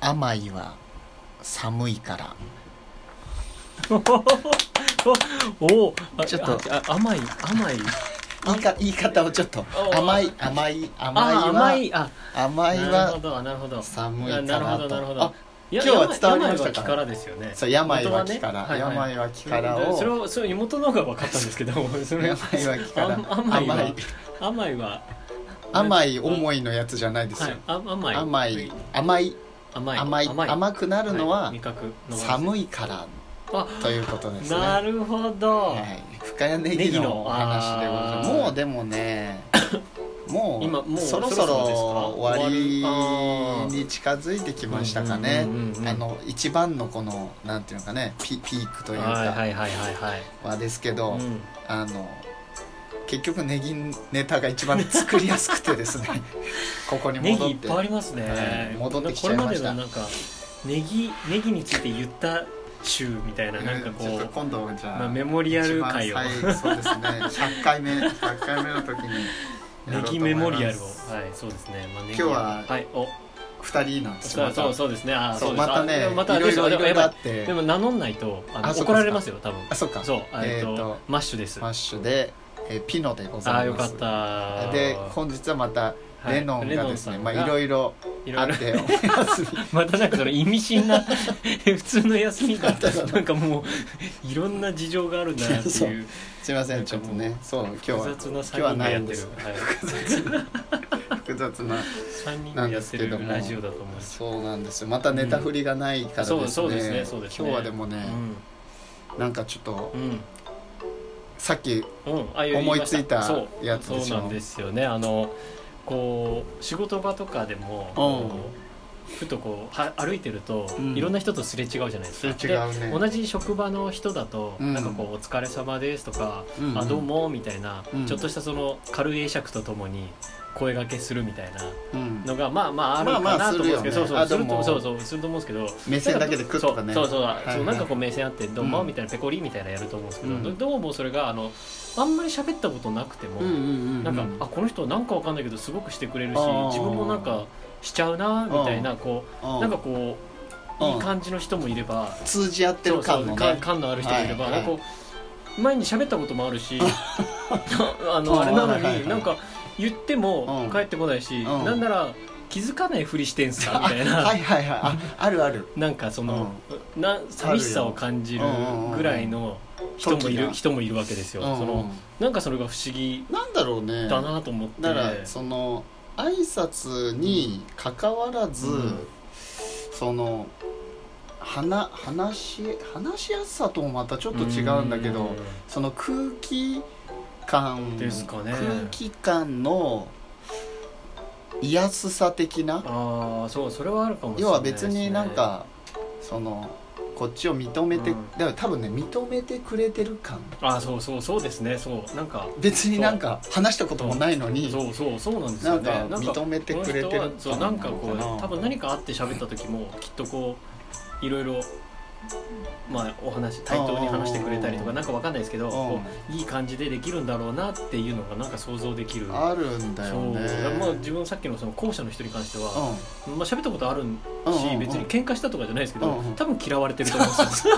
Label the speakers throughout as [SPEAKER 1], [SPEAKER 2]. [SPEAKER 1] 甘いは寒いから
[SPEAKER 2] おおあ
[SPEAKER 1] ちょっと
[SPEAKER 2] ああ甘い甘い
[SPEAKER 1] 言いか言い方をちょっと
[SPEAKER 2] あ
[SPEAKER 1] 甘い甘い
[SPEAKER 2] あ甘
[SPEAKER 1] 甘い
[SPEAKER 2] いあ
[SPEAKER 1] は甘い
[SPEAKER 2] なるほ
[SPEAKER 1] は
[SPEAKER 2] どなるほど
[SPEAKER 1] 寒いか
[SPEAKER 2] なる
[SPEAKER 1] ら
[SPEAKER 2] ほどなるほど
[SPEAKER 1] と
[SPEAKER 2] 今
[SPEAKER 1] 今日は伝わりましたか
[SPEAKER 2] 病は気からですよね
[SPEAKER 1] そう病は
[SPEAKER 2] 元
[SPEAKER 1] 気から、
[SPEAKER 2] ねはいはい
[SPEAKER 1] 病は気からを
[SPEAKER 2] それをそれ妹の方が分かったんで すけどそれ
[SPEAKER 1] 病は気から
[SPEAKER 2] あ甘いは
[SPEAKER 1] 甘い
[SPEAKER 2] 甘いは
[SPEAKER 1] 甘い思いのやつじゃないです
[SPEAKER 2] は
[SPEAKER 1] よ
[SPEAKER 2] い、あ甘い
[SPEAKER 1] 甘い甘い
[SPEAKER 2] 甘い
[SPEAKER 1] 甘い甘くなるの
[SPEAKER 2] は
[SPEAKER 1] はい
[SPEAKER 2] 味覚の
[SPEAKER 1] 寒いから
[SPEAKER 2] あ
[SPEAKER 1] ということですね
[SPEAKER 2] なるほど、
[SPEAKER 1] はい、深谷ネギのお話でございます
[SPEAKER 2] ネギのあー
[SPEAKER 1] もうでもねもう
[SPEAKER 2] 今もう
[SPEAKER 1] そろそ
[SPEAKER 2] そろそろ
[SPEAKER 1] ろ
[SPEAKER 2] ですか
[SPEAKER 1] 終わ
[SPEAKER 2] 終わ
[SPEAKER 1] り
[SPEAKER 2] り
[SPEAKER 1] に近づいてきましたかね
[SPEAKER 2] うんうんうんうん
[SPEAKER 1] あの一番のこのなんていうのかねピピークというか
[SPEAKER 2] はいは
[SPEAKER 1] はい
[SPEAKER 2] はいはいはい
[SPEAKER 1] ですけど、
[SPEAKER 2] うん
[SPEAKER 1] あの結局ネギネタが一番作りやすくてです ねここに
[SPEAKER 2] ネ
[SPEAKER 1] 戻
[SPEAKER 2] ギい
[SPEAKER 1] っ
[SPEAKER 2] ってぱいありますね、
[SPEAKER 1] はい戻ってきちゃいました
[SPEAKER 2] これまでのなんかネギネギについて言った週みたいななんかこ
[SPEAKER 1] うんちょっと
[SPEAKER 2] う、
[SPEAKER 1] 今度じゃあ、
[SPEAKER 2] まあ、メモリアル会を
[SPEAKER 1] 一番最そうですね100回目100回目の時にやろう
[SPEAKER 2] ネ
[SPEAKER 1] と思います
[SPEAKER 2] ギメモリアルをはいそうですね、まあ、ネギ
[SPEAKER 1] 今日は
[SPEAKER 2] はいお
[SPEAKER 1] 二人なんですよ
[SPEAKER 2] そ
[SPEAKER 1] ま
[SPEAKER 2] う
[SPEAKER 1] た
[SPEAKER 2] そうそうですねあー
[SPEAKER 1] そう
[SPEAKER 2] うです
[SPEAKER 1] またね
[SPEAKER 2] あでもまた
[SPEAKER 1] いろい
[SPEAKER 2] でも
[SPEAKER 1] ろい
[SPEAKER 2] でも
[SPEAKER 1] ろい
[SPEAKER 2] や
[SPEAKER 1] ろあ
[SPEAKER 2] ば
[SPEAKER 1] って
[SPEAKER 2] いでも名乗んないとあの
[SPEAKER 1] あそうか
[SPEAKER 2] 怒られますよ多分
[SPEAKER 1] あそうか
[SPEAKER 2] そうえ
[SPEAKER 1] え
[SPEAKER 2] っ、
[SPEAKER 1] ー
[SPEAKER 2] と
[SPEAKER 1] と
[SPEAKER 2] マッシュです
[SPEAKER 1] マッシュで、えーピノでご
[SPEAKER 2] あ
[SPEAKER 1] ざ
[SPEAKER 2] あ
[SPEAKER 1] い
[SPEAKER 2] よか
[SPEAKER 1] ま
[SPEAKER 2] っ
[SPEAKER 1] す
[SPEAKER 2] た
[SPEAKER 1] で本日はまた
[SPEAKER 2] はい
[SPEAKER 1] レノンがですね、
[SPEAKER 2] レノン
[SPEAKER 1] ま
[SPEAKER 2] さ
[SPEAKER 1] あ
[SPEAKER 2] ん
[SPEAKER 1] い
[SPEAKER 2] が
[SPEAKER 1] ろいろ
[SPEAKER 2] い
[SPEAKER 1] あ
[SPEAKER 2] ろい
[SPEAKER 1] っ
[SPEAKER 2] ろ
[SPEAKER 1] てお休み
[SPEAKER 2] またなんかその意味 深な普通の休みがなんかもういろんな事情があるんだなって
[SPEAKER 1] そう
[SPEAKER 2] いう
[SPEAKER 1] すいませんちょっとねそう今日は
[SPEAKER 2] 複雑な
[SPEAKER 1] 今日は
[SPEAKER 2] 3人
[SPEAKER 1] な
[SPEAKER 2] が
[SPEAKER 1] い
[SPEAKER 2] やっ
[SPEAKER 1] ん
[SPEAKER 2] て
[SPEAKER 1] です
[SPEAKER 2] るはい
[SPEAKER 1] 複雑な
[SPEAKER 2] 3人がやってるラジオだと思います
[SPEAKER 1] そうなんですよまたネタ振りがないからですね,、
[SPEAKER 2] そうそうですねそうですね
[SPEAKER 1] 今日はでもね、なんかちょっと
[SPEAKER 2] うん
[SPEAKER 1] さっき
[SPEAKER 2] うん、うん、あ
[SPEAKER 1] 思いついた
[SPEAKER 2] そう
[SPEAKER 1] やつでしょ
[SPEAKER 2] そうなんですよねあのこう仕事場とかでもこうふとこうは歩いてると、
[SPEAKER 1] うん
[SPEAKER 2] いろんな人とすれ違うじゃないですか
[SPEAKER 1] すれ違うね
[SPEAKER 2] で同じ職場の人だと、
[SPEAKER 1] うん
[SPEAKER 2] なんかこう「お疲れ様です」とか
[SPEAKER 1] うんうん
[SPEAKER 2] あどうも」みたいな、
[SPEAKER 1] うん
[SPEAKER 2] ちょっとしたその軽い会釈とともに声掛けするみたいな
[SPEAKER 1] うん
[SPEAKER 2] のがまあまあある
[SPEAKER 1] まあ
[SPEAKER 2] か
[SPEAKER 1] まあ
[SPEAKER 2] なと思うんですけど、
[SPEAKER 1] するよね
[SPEAKER 2] そう
[SPEAKER 1] あど
[SPEAKER 2] そうすると
[SPEAKER 1] うも
[SPEAKER 2] そうそうすると思うんですけど
[SPEAKER 1] 目線だけでクッとかね
[SPEAKER 2] そうそうそう,、
[SPEAKER 1] いはい
[SPEAKER 2] そうなんかこう目線あって「どうも」
[SPEAKER 1] うん
[SPEAKER 2] みたいな「ペコリ」みたいなやると思うんですけど、
[SPEAKER 1] うん
[SPEAKER 2] どどうもそれがあのあんまり喋ったことなくても、
[SPEAKER 1] うんうんうんうん
[SPEAKER 2] なんか、あこの人なんかわかんないけどすごくしてくれるし
[SPEAKER 1] あー
[SPEAKER 2] 自分もなんかしちゃうなみたいなこうなんかこう
[SPEAKER 1] うん
[SPEAKER 2] いい感じの人もいれば
[SPEAKER 1] 通じ合ってる感のね
[SPEAKER 2] そうそう感感のある人もいれば、
[SPEAKER 1] はい
[SPEAKER 2] なんかこう前に喋ったこともある しあ
[SPEAKER 1] うん
[SPEAKER 2] のあれなの
[SPEAKER 1] はいはいはい
[SPEAKER 2] になんか言っても
[SPEAKER 1] うん
[SPEAKER 2] 帰ってこないし、
[SPEAKER 1] うん
[SPEAKER 2] なんなら気づかないふりして んすかみたい
[SPEAKER 1] あは
[SPEAKER 2] ない
[SPEAKER 1] はいはいああるある
[SPEAKER 2] なんかその、な寂しさを感じるぐらいの人もい
[SPEAKER 1] うんうんうん
[SPEAKER 2] る人もいるわけですよ、
[SPEAKER 1] うん
[SPEAKER 2] そのなんかそれが不思議
[SPEAKER 1] なんだろうね
[SPEAKER 2] だなと思って。
[SPEAKER 1] だからその挨拶に関わらず、
[SPEAKER 2] うん
[SPEAKER 1] その話話し話しやすさともまたちょっと違うんだけど、
[SPEAKER 2] う
[SPEAKER 1] その空気感
[SPEAKER 2] ですかね
[SPEAKER 1] 空気感の居やすさ的な
[SPEAKER 2] ああそうそれはあるかもしれ
[SPEAKER 1] 要
[SPEAKER 2] な
[SPEAKER 1] はい
[SPEAKER 2] です
[SPEAKER 1] 別
[SPEAKER 2] ね
[SPEAKER 1] になんかそのこっちを認めて、
[SPEAKER 2] うん
[SPEAKER 1] だから多分ね認めてくれてる感
[SPEAKER 2] ああそうそうそうですねそうなんか
[SPEAKER 1] 別になんか話したこともないのに
[SPEAKER 2] そうそうそうなんです
[SPEAKER 1] な
[SPEAKER 2] よ
[SPEAKER 1] ん
[SPEAKER 2] ね
[SPEAKER 1] か認めてくれて
[SPEAKER 2] この
[SPEAKER 1] る
[SPEAKER 2] 人はそうなんかこう
[SPEAKER 1] なの
[SPEAKER 2] 多分何かあって喋った時もきっとこういろいろまあお話対等に話してくれたりと
[SPEAKER 1] う
[SPEAKER 2] か
[SPEAKER 1] ん
[SPEAKER 2] なんかわかんないですけど
[SPEAKER 1] ん
[SPEAKER 2] こういい感じでできるんだろうなっていうのがなんか想像できる
[SPEAKER 1] あるんだよ
[SPEAKER 2] そう
[SPEAKER 1] ね
[SPEAKER 2] まあ自分さっきのその後者の人に関しては
[SPEAKER 1] うん
[SPEAKER 2] まあ喋ったことあるん
[SPEAKER 1] うんうんう
[SPEAKER 2] し
[SPEAKER 1] ん
[SPEAKER 2] 別に喧嘩したとかじゃないですけ
[SPEAKER 1] うん
[SPEAKER 2] ど
[SPEAKER 1] うん
[SPEAKER 2] 多分嫌われてると思うん ですよ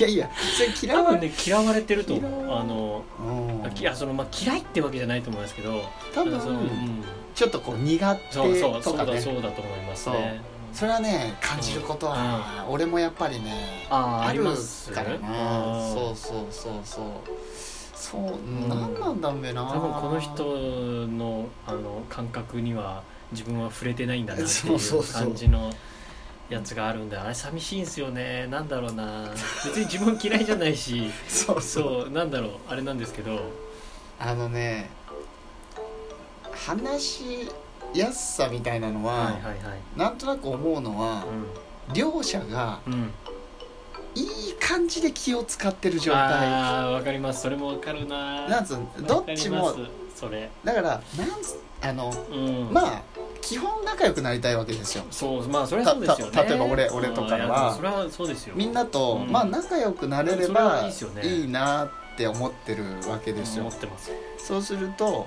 [SPEAKER 1] いやいやそれ
[SPEAKER 2] 多
[SPEAKER 1] 嫌わ
[SPEAKER 2] 分
[SPEAKER 1] れ
[SPEAKER 2] ね嫌われてると
[SPEAKER 1] 嫌
[SPEAKER 2] 思うあの
[SPEAKER 1] うん
[SPEAKER 2] いやそのまあ嫌いってわけじゃないと思いますけど
[SPEAKER 1] 多
[SPEAKER 2] そのう
[SPEAKER 1] 分
[SPEAKER 2] ん
[SPEAKER 1] ちょっとこう苦
[SPEAKER 2] そうそ
[SPEAKER 1] 手
[SPEAKER 2] う
[SPEAKER 1] と
[SPEAKER 2] そう
[SPEAKER 1] か
[SPEAKER 2] だ
[SPEAKER 1] ね
[SPEAKER 2] そうだと思いますね
[SPEAKER 1] それはね感じることは俺もやっぱりね
[SPEAKER 2] あー
[SPEAKER 1] あ
[SPEAKER 2] あり
[SPEAKER 1] る
[SPEAKER 2] ます
[SPEAKER 1] からね
[SPEAKER 2] あー
[SPEAKER 1] そうそうそうそうそう
[SPEAKER 2] うん
[SPEAKER 1] 何なんだろうねな
[SPEAKER 2] 多分この人のあの感覚には自分は触れてないんだなってい
[SPEAKER 1] そうそう
[SPEAKER 2] う
[SPEAKER 1] そう
[SPEAKER 2] 感じのやつがあるんであれ寂しいんすよねなんだろうな別に自分嫌いじゃないし
[SPEAKER 1] そうそう
[SPEAKER 2] そうなんだろうあれなんですけど
[SPEAKER 1] あのね話しやすさみたいなの
[SPEAKER 2] はい
[SPEAKER 1] は
[SPEAKER 2] はいはい
[SPEAKER 1] なんとなく思うのは両者が
[SPEAKER 2] うん、うん、
[SPEAKER 1] いい感じで気を使ってる状態
[SPEAKER 2] ああわかりますそれもわかるな
[SPEAKER 1] なんつうのどっち
[SPEAKER 2] わ
[SPEAKER 1] も
[SPEAKER 2] かりますそれ
[SPEAKER 1] だからなんつあの
[SPEAKER 2] うん
[SPEAKER 1] まあ基本仲良くなりたいわけですよ
[SPEAKER 2] そうまあそれはそうですよね
[SPEAKER 1] たた例えば俺俺とかは
[SPEAKER 2] うんいやそれはそうですよ
[SPEAKER 1] みんなと、
[SPEAKER 2] うん
[SPEAKER 1] まあ仲良くなれれ
[SPEAKER 2] それは
[SPEAKER 1] ば
[SPEAKER 2] いいですよね
[SPEAKER 1] いいなって思ってるわけですよ
[SPEAKER 2] 思ってます
[SPEAKER 1] そうすると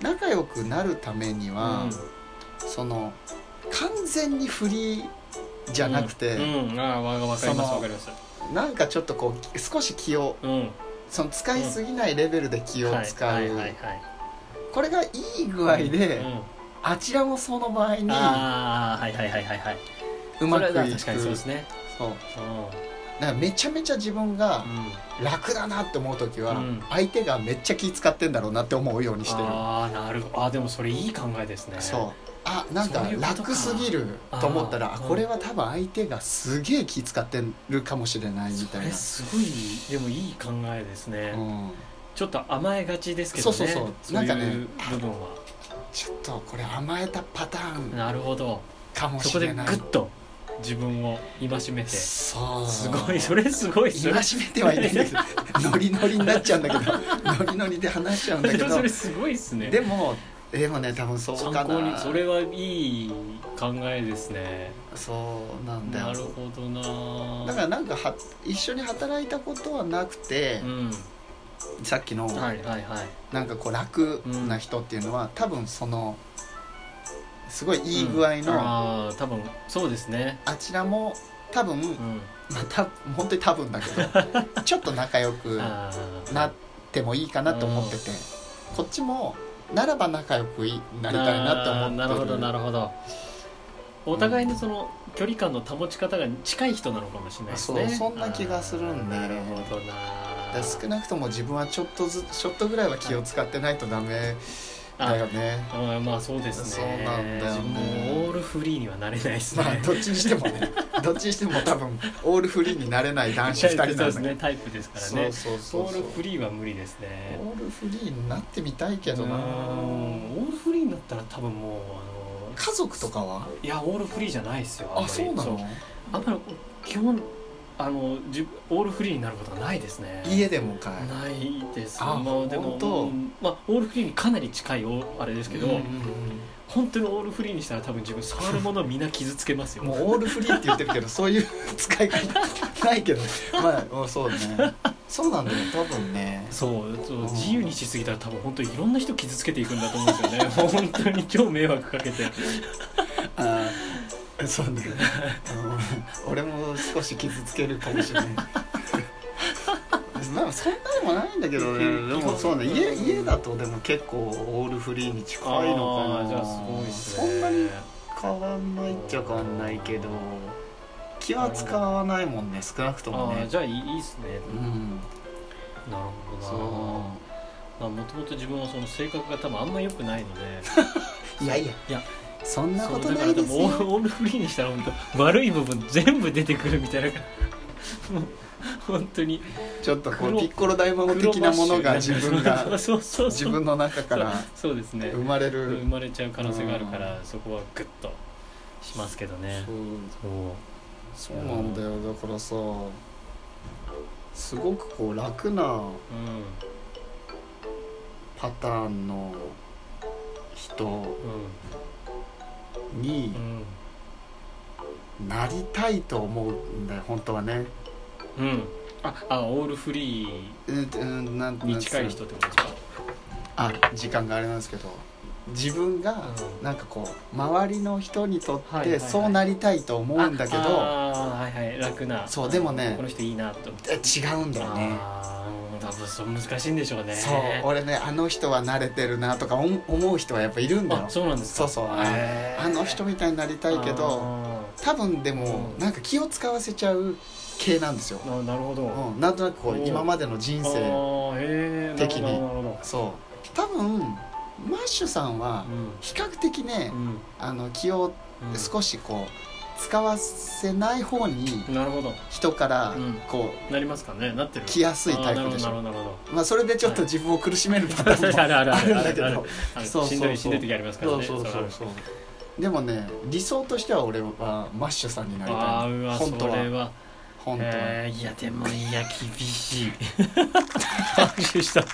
[SPEAKER 1] 仲良くなるためには、
[SPEAKER 2] うん
[SPEAKER 1] その完全に振りじゃなくて、
[SPEAKER 2] うんうんああわわかります
[SPEAKER 1] その
[SPEAKER 2] わかります
[SPEAKER 1] なんかちょっとこう少し気を
[SPEAKER 2] うん
[SPEAKER 1] その使いすぎないレベルで気を使う、
[SPEAKER 2] はいはいはいはい
[SPEAKER 1] これがいい具合で、
[SPEAKER 2] うん
[SPEAKER 1] あちらもその場合に
[SPEAKER 2] ああはいはいはいはいはいう
[SPEAKER 1] まくい
[SPEAKER 2] それは
[SPEAKER 1] く
[SPEAKER 2] 確かにそうですね
[SPEAKER 1] そう
[SPEAKER 2] うん
[SPEAKER 1] だからめちゃめちゃ自分が
[SPEAKER 2] うん
[SPEAKER 1] 楽だなって思う時は、
[SPEAKER 2] うん
[SPEAKER 1] 相手がめっちゃ気使ってんだろうなって思うようにしてる
[SPEAKER 2] ああなるほどあーでもそれいい考えですね
[SPEAKER 1] そうあなんか
[SPEAKER 2] そういうことか
[SPEAKER 1] 楽すぎると思ったら
[SPEAKER 2] あ
[SPEAKER 1] あ
[SPEAKER 2] ー
[SPEAKER 1] これは多分相手がすげえ気使ってるかもしれないみ
[SPEAKER 2] そ
[SPEAKER 1] たい
[SPEAKER 2] れ
[SPEAKER 1] な、
[SPEAKER 2] すごいでもいい考えですね、
[SPEAKER 1] うん、
[SPEAKER 2] ちょっと甘えがちですけどね
[SPEAKER 1] そうそうそうなんかね
[SPEAKER 2] いう部分は
[SPEAKER 1] ちょっとこれ甘えたパターン
[SPEAKER 2] なるほど
[SPEAKER 1] かも
[SPEAKER 2] そ
[SPEAKER 1] し
[SPEAKER 2] こで
[SPEAKER 1] れ
[SPEAKER 2] グ
[SPEAKER 1] ない
[SPEAKER 2] ッと自分を戒めてす
[SPEAKER 1] そう
[SPEAKER 2] ごいそれすごいそれ
[SPEAKER 1] 戒めてはいないんだけどノリノリになっちゃうんだけどノリノリで話しちゃうんだけど
[SPEAKER 2] それすごいですね
[SPEAKER 1] でもでもね多分そうか
[SPEAKER 2] 参考に
[SPEAKER 1] な
[SPEAKER 2] それはいい考えですね
[SPEAKER 1] そうなんだ
[SPEAKER 2] な
[SPEAKER 1] よ
[SPEAKER 2] るほどな
[SPEAKER 1] だからなんかは一緒に働いたことはなくて
[SPEAKER 2] う、ん
[SPEAKER 1] さっきの
[SPEAKER 2] はいはいはい
[SPEAKER 1] なんかこう楽な人っていうのは、多分そのすごいいい具合の、
[SPEAKER 2] うん
[SPEAKER 1] あ
[SPEAKER 2] ああ多分そうですね
[SPEAKER 1] ちらも多分、
[SPEAKER 2] うん
[SPEAKER 1] まあ、た本当に多分だけ どちょっと仲良く
[SPEAKER 2] あー
[SPEAKER 1] なってもいいかなと思ってて、こっちもならば仲良くいなりたいなって思ってる
[SPEAKER 2] あーなるほどなるほどお互いのその距離感の保ち方が近い人なのかもしれないですね
[SPEAKER 1] そうそんな気がするんで
[SPEAKER 2] あーなるほどな
[SPEAKER 1] だから少なくとも自分はちょっとずつちょっとぐらいは気を使ってないとダメだよね
[SPEAKER 2] あーまあそうです
[SPEAKER 1] そ
[SPEAKER 2] ね
[SPEAKER 1] うなんだよね
[SPEAKER 2] 自分もオールフリーにはなれないですね、
[SPEAKER 1] まあ どっちにしてもねどっちにしても多分オールフリーになれない男子2人なん
[SPEAKER 2] そう
[SPEAKER 1] だ
[SPEAKER 2] で
[SPEAKER 1] け
[SPEAKER 2] す
[SPEAKER 1] ど
[SPEAKER 2] ねタイプですから
[SPEAKER 1] そ
[SPEAKER 2] ね
[SPEAKER 1] うそうそう
[SPEAKER 2] オ
[SPEAKER 1] そう
[SPEAKER 2] ールフリーは無理ですね
[SPEAKER 1] オールフリーになってみたいけどな
[SPEAKER 2] うーんオールフリーになったら多分もうあの
[SPEAKER 1] 家族とかはい
[SPEAKER 2] やオールフリーじゃないですよんま
[SPEAKER 1] あ
[SPEAKER 2] り
[SPEAKER 1] そうなの
[SPEAKER 2] あんまり基本あのじゅオールフリーになることはないですね
[SPEAKER 1] 家でもかい
[SPEAKER 2] ないです
[SPEAKER 1] あ
[SPEAKER 2] まあでも
[SPEAKER 1] 本当
[SPEAKER 2] うんまあ、オールフリーにかなり近いおあれですけど、
[SPEAKER 1] うんうん
[SPEAKER 2] 本当にオールフリーにしたら多分自分触るものみんな傷つけます
[SPEAKER 1] う
[SPEAKER 2] よ
[SPEAKER 1] んもうオールフリーって言ってるけどそう いう使い方ないけどまあうんそうねそうなんだよ多分ね
[SPEAKER 2] そうそう
[SPEAKER 1] うん
[SPEAKER 2] 自由にしすぎたら多分本当にいろんな人傷つけていくんだと思うんですよねもう本当に今日迷惑 かけて
[SPEAKER 1] あーそうねうん俺も少し傷つけるかもしれ ないなんかそんなでもないんだけどね
[SPEAKER 2] うん
[SPEAKER 1] でもそうね
[SPEAKER 2] うん
[SPEAKER 1] 家家だとでも結構オールフリーに近いのか
[SPEAKER 2] あー
[SPEAKER 1] な
[SPEAKER 2] じゃあすごいですね
[SPEAKER 1] そんなに変わんないっちゃ変わんないけど気は使わないもんね少なくとも
[SPEAKER 2] ああ
[SPEAKER 1] ね
[SPEAKER 2] ーじゃあいいいいっすね
[SPEAKER 1] うん
[SPEAKER 2] なるほどな
[SPEAKER 1] そ
[SPEAKER 2] まあもともと自分はその性格が多分あんま良くないので
[SPEAKER 1] ういやいや
[SPEAKER 2] いや
[SPEAKER 1] そんな
[SPEAKER 2] そ
[SPEAKER 1] こ
[SPEAKER 2] う
[SPEAKER 1] と
[SPEAKER 2] だか
[SPEAKER 1] な
[SPEAKER 2] ら
[SPEAKER 1] い
[SPEAKER 2] で
[SPEAKER 1] です
[SPEAKER 2] も
[SPEAKER 1] よ
[SPEAKER 2] オールオールフリーにしたら本当悪い部分全部出てくるみたいな もう本当に
[SPEAKER 1] ちょっとこ
[SPEAKER 2] 黒
[SPEAKER 1] うピッコロ大魔王的なものが自分が
[SPEAKER 2] そうそうそう
[SPEAKER 1] 自分の中から
[SPEAKER 2] そうそうですね
[SPEAKER 1] 生まれる
[SPEAKER 2] 生まれちゃう可能性があるからそこはグッとしますけどね
[SPEAKER 1] そう
[SPEAKER 2] そう
[SPEAKER 1] そうなんだよだからさすごくこう楽な
[SPEAKER 2] うん
[SPEAKER 1] パターンの人に
[SPEAKER 2] うんうん
[SPEAKER 1] なりたいと思うんだよ本当はね
[SPEAKER 2] うんああオールフリ
[SPEAKER 1] うんうんなん
[SPEAKER 2] ーに近い人ってことですか
[SPEAKER 1] あ時間があれなんですけど自分が
[SPEAKER 2] うん
[SPEAKER 1] なんかこう周りの人にと
[SPEAKER 2] は
[SPEAKER 1] っ
[SPEAKER 2] いはいは
[SPEAKER 1] て
[SPEAKER 2] い
[SPEAKER 1] そうなりたいと思うんだけど、
[SPEAKER 2] ああーはいはい楽な
[SPEAKER 1] そうでもね
[SPEAKER 2] この人いいなと
[SPEAKER 1] え違うんだよね
[SPEAKER 2] あー多分そう難しいんでしょうね
[SPEAKER 1] そう俺ねあの人は慣れてるなとか思思う人はやっぱいるんだよ
[SPEAKER 2] あそうなんです
[SPEAKER 1] そ
[SPEAKER 2] か
[SPEAKER 1] うそうあ
[SPEAKER 2] へー
[SPEAKER 1] あの人みたいになりたいけど
[SPEAKER 2] あ
[SPEAKER 1] 多分でも
[SPEAKER 2] うん
[SPEAKER 1] なんか気を使わせちゃう系なんですよ
[SPEAKER 2] ー、ななるほど、
[SPEAKER 1] うん、なんとなくこ
[SPEAKER 2] お
[SPEAKER 1] う
[SPEAKER 2] う
[SPEAKER 1] 今までの人生
[SPEAKER 2] あーへー
[SPEAKER 1] 的に
[SPEAKER 2] なるほどなるほ
[SPEAKER 1] そう多分マッシュさんは
[SPEAKER 2] どうん
[SPEAKER 1] 比較的ね
[SPEAKER 2] うん
[SPEAKER 1] あの気を
[SPEAKER 2] うん
[SPEAKER 1] 少しこう使わせない方に
[SPEAKER 2] なるほど
[SPEAKER 1] 人から
[SPEAKER 2] うん
[SPEAKER 1] こ
[SPEAKER 2] なりますかねなってる
[SPEAKER 1] う来やすいタイプでし
[SPEAKER 2] あー
[SPEAKER 1] ょ
[SPEAKER 2] なるほどなるほ
[SPEAKER 1] まあそれでちょっと自分を苦しめるパターン
[SPEAKER 2] ど あるある
[SPEAKER 1] も
[SPEAKER 2] あ
[SPEAKER 1] ある
[SPEAKER 2] る
[SPEAKER 1] ん
[SPEAKER 2] あ
[SPEAKER 1] だけ
[SPEAKER 2] るある
[SPEAKER 1] ど
[SPEAKER 2] ある
[SPEAKER 1] そうそうそう
[SPEAKER 2] しんどいしんどい時ありますから
[SPEAKER 1] そう
[SPEAKER 2] ね
[SPEAKER 1] そう
[SPEAKER 2] れはあ
[SPEAKER 1] そう
[SPEAKER 2] る
[SPEAKER 1] そうでもね理想としては俺はマッシュさんになり
[SPEAKER 2] あ
[SPEAKER 1] た
[SPEAKER 2] ーうわ
[SPEAKER 1] い
[SPEAKER 2] そ
[SPEAKER 1] 本当
[SPEAKER 2] れ
[SPEAKER 1] は
[SPEAKER 2] は
[SPEAKER 1] 本当は
[SPEAKER 2] えーいやでもいや厳しい拍手した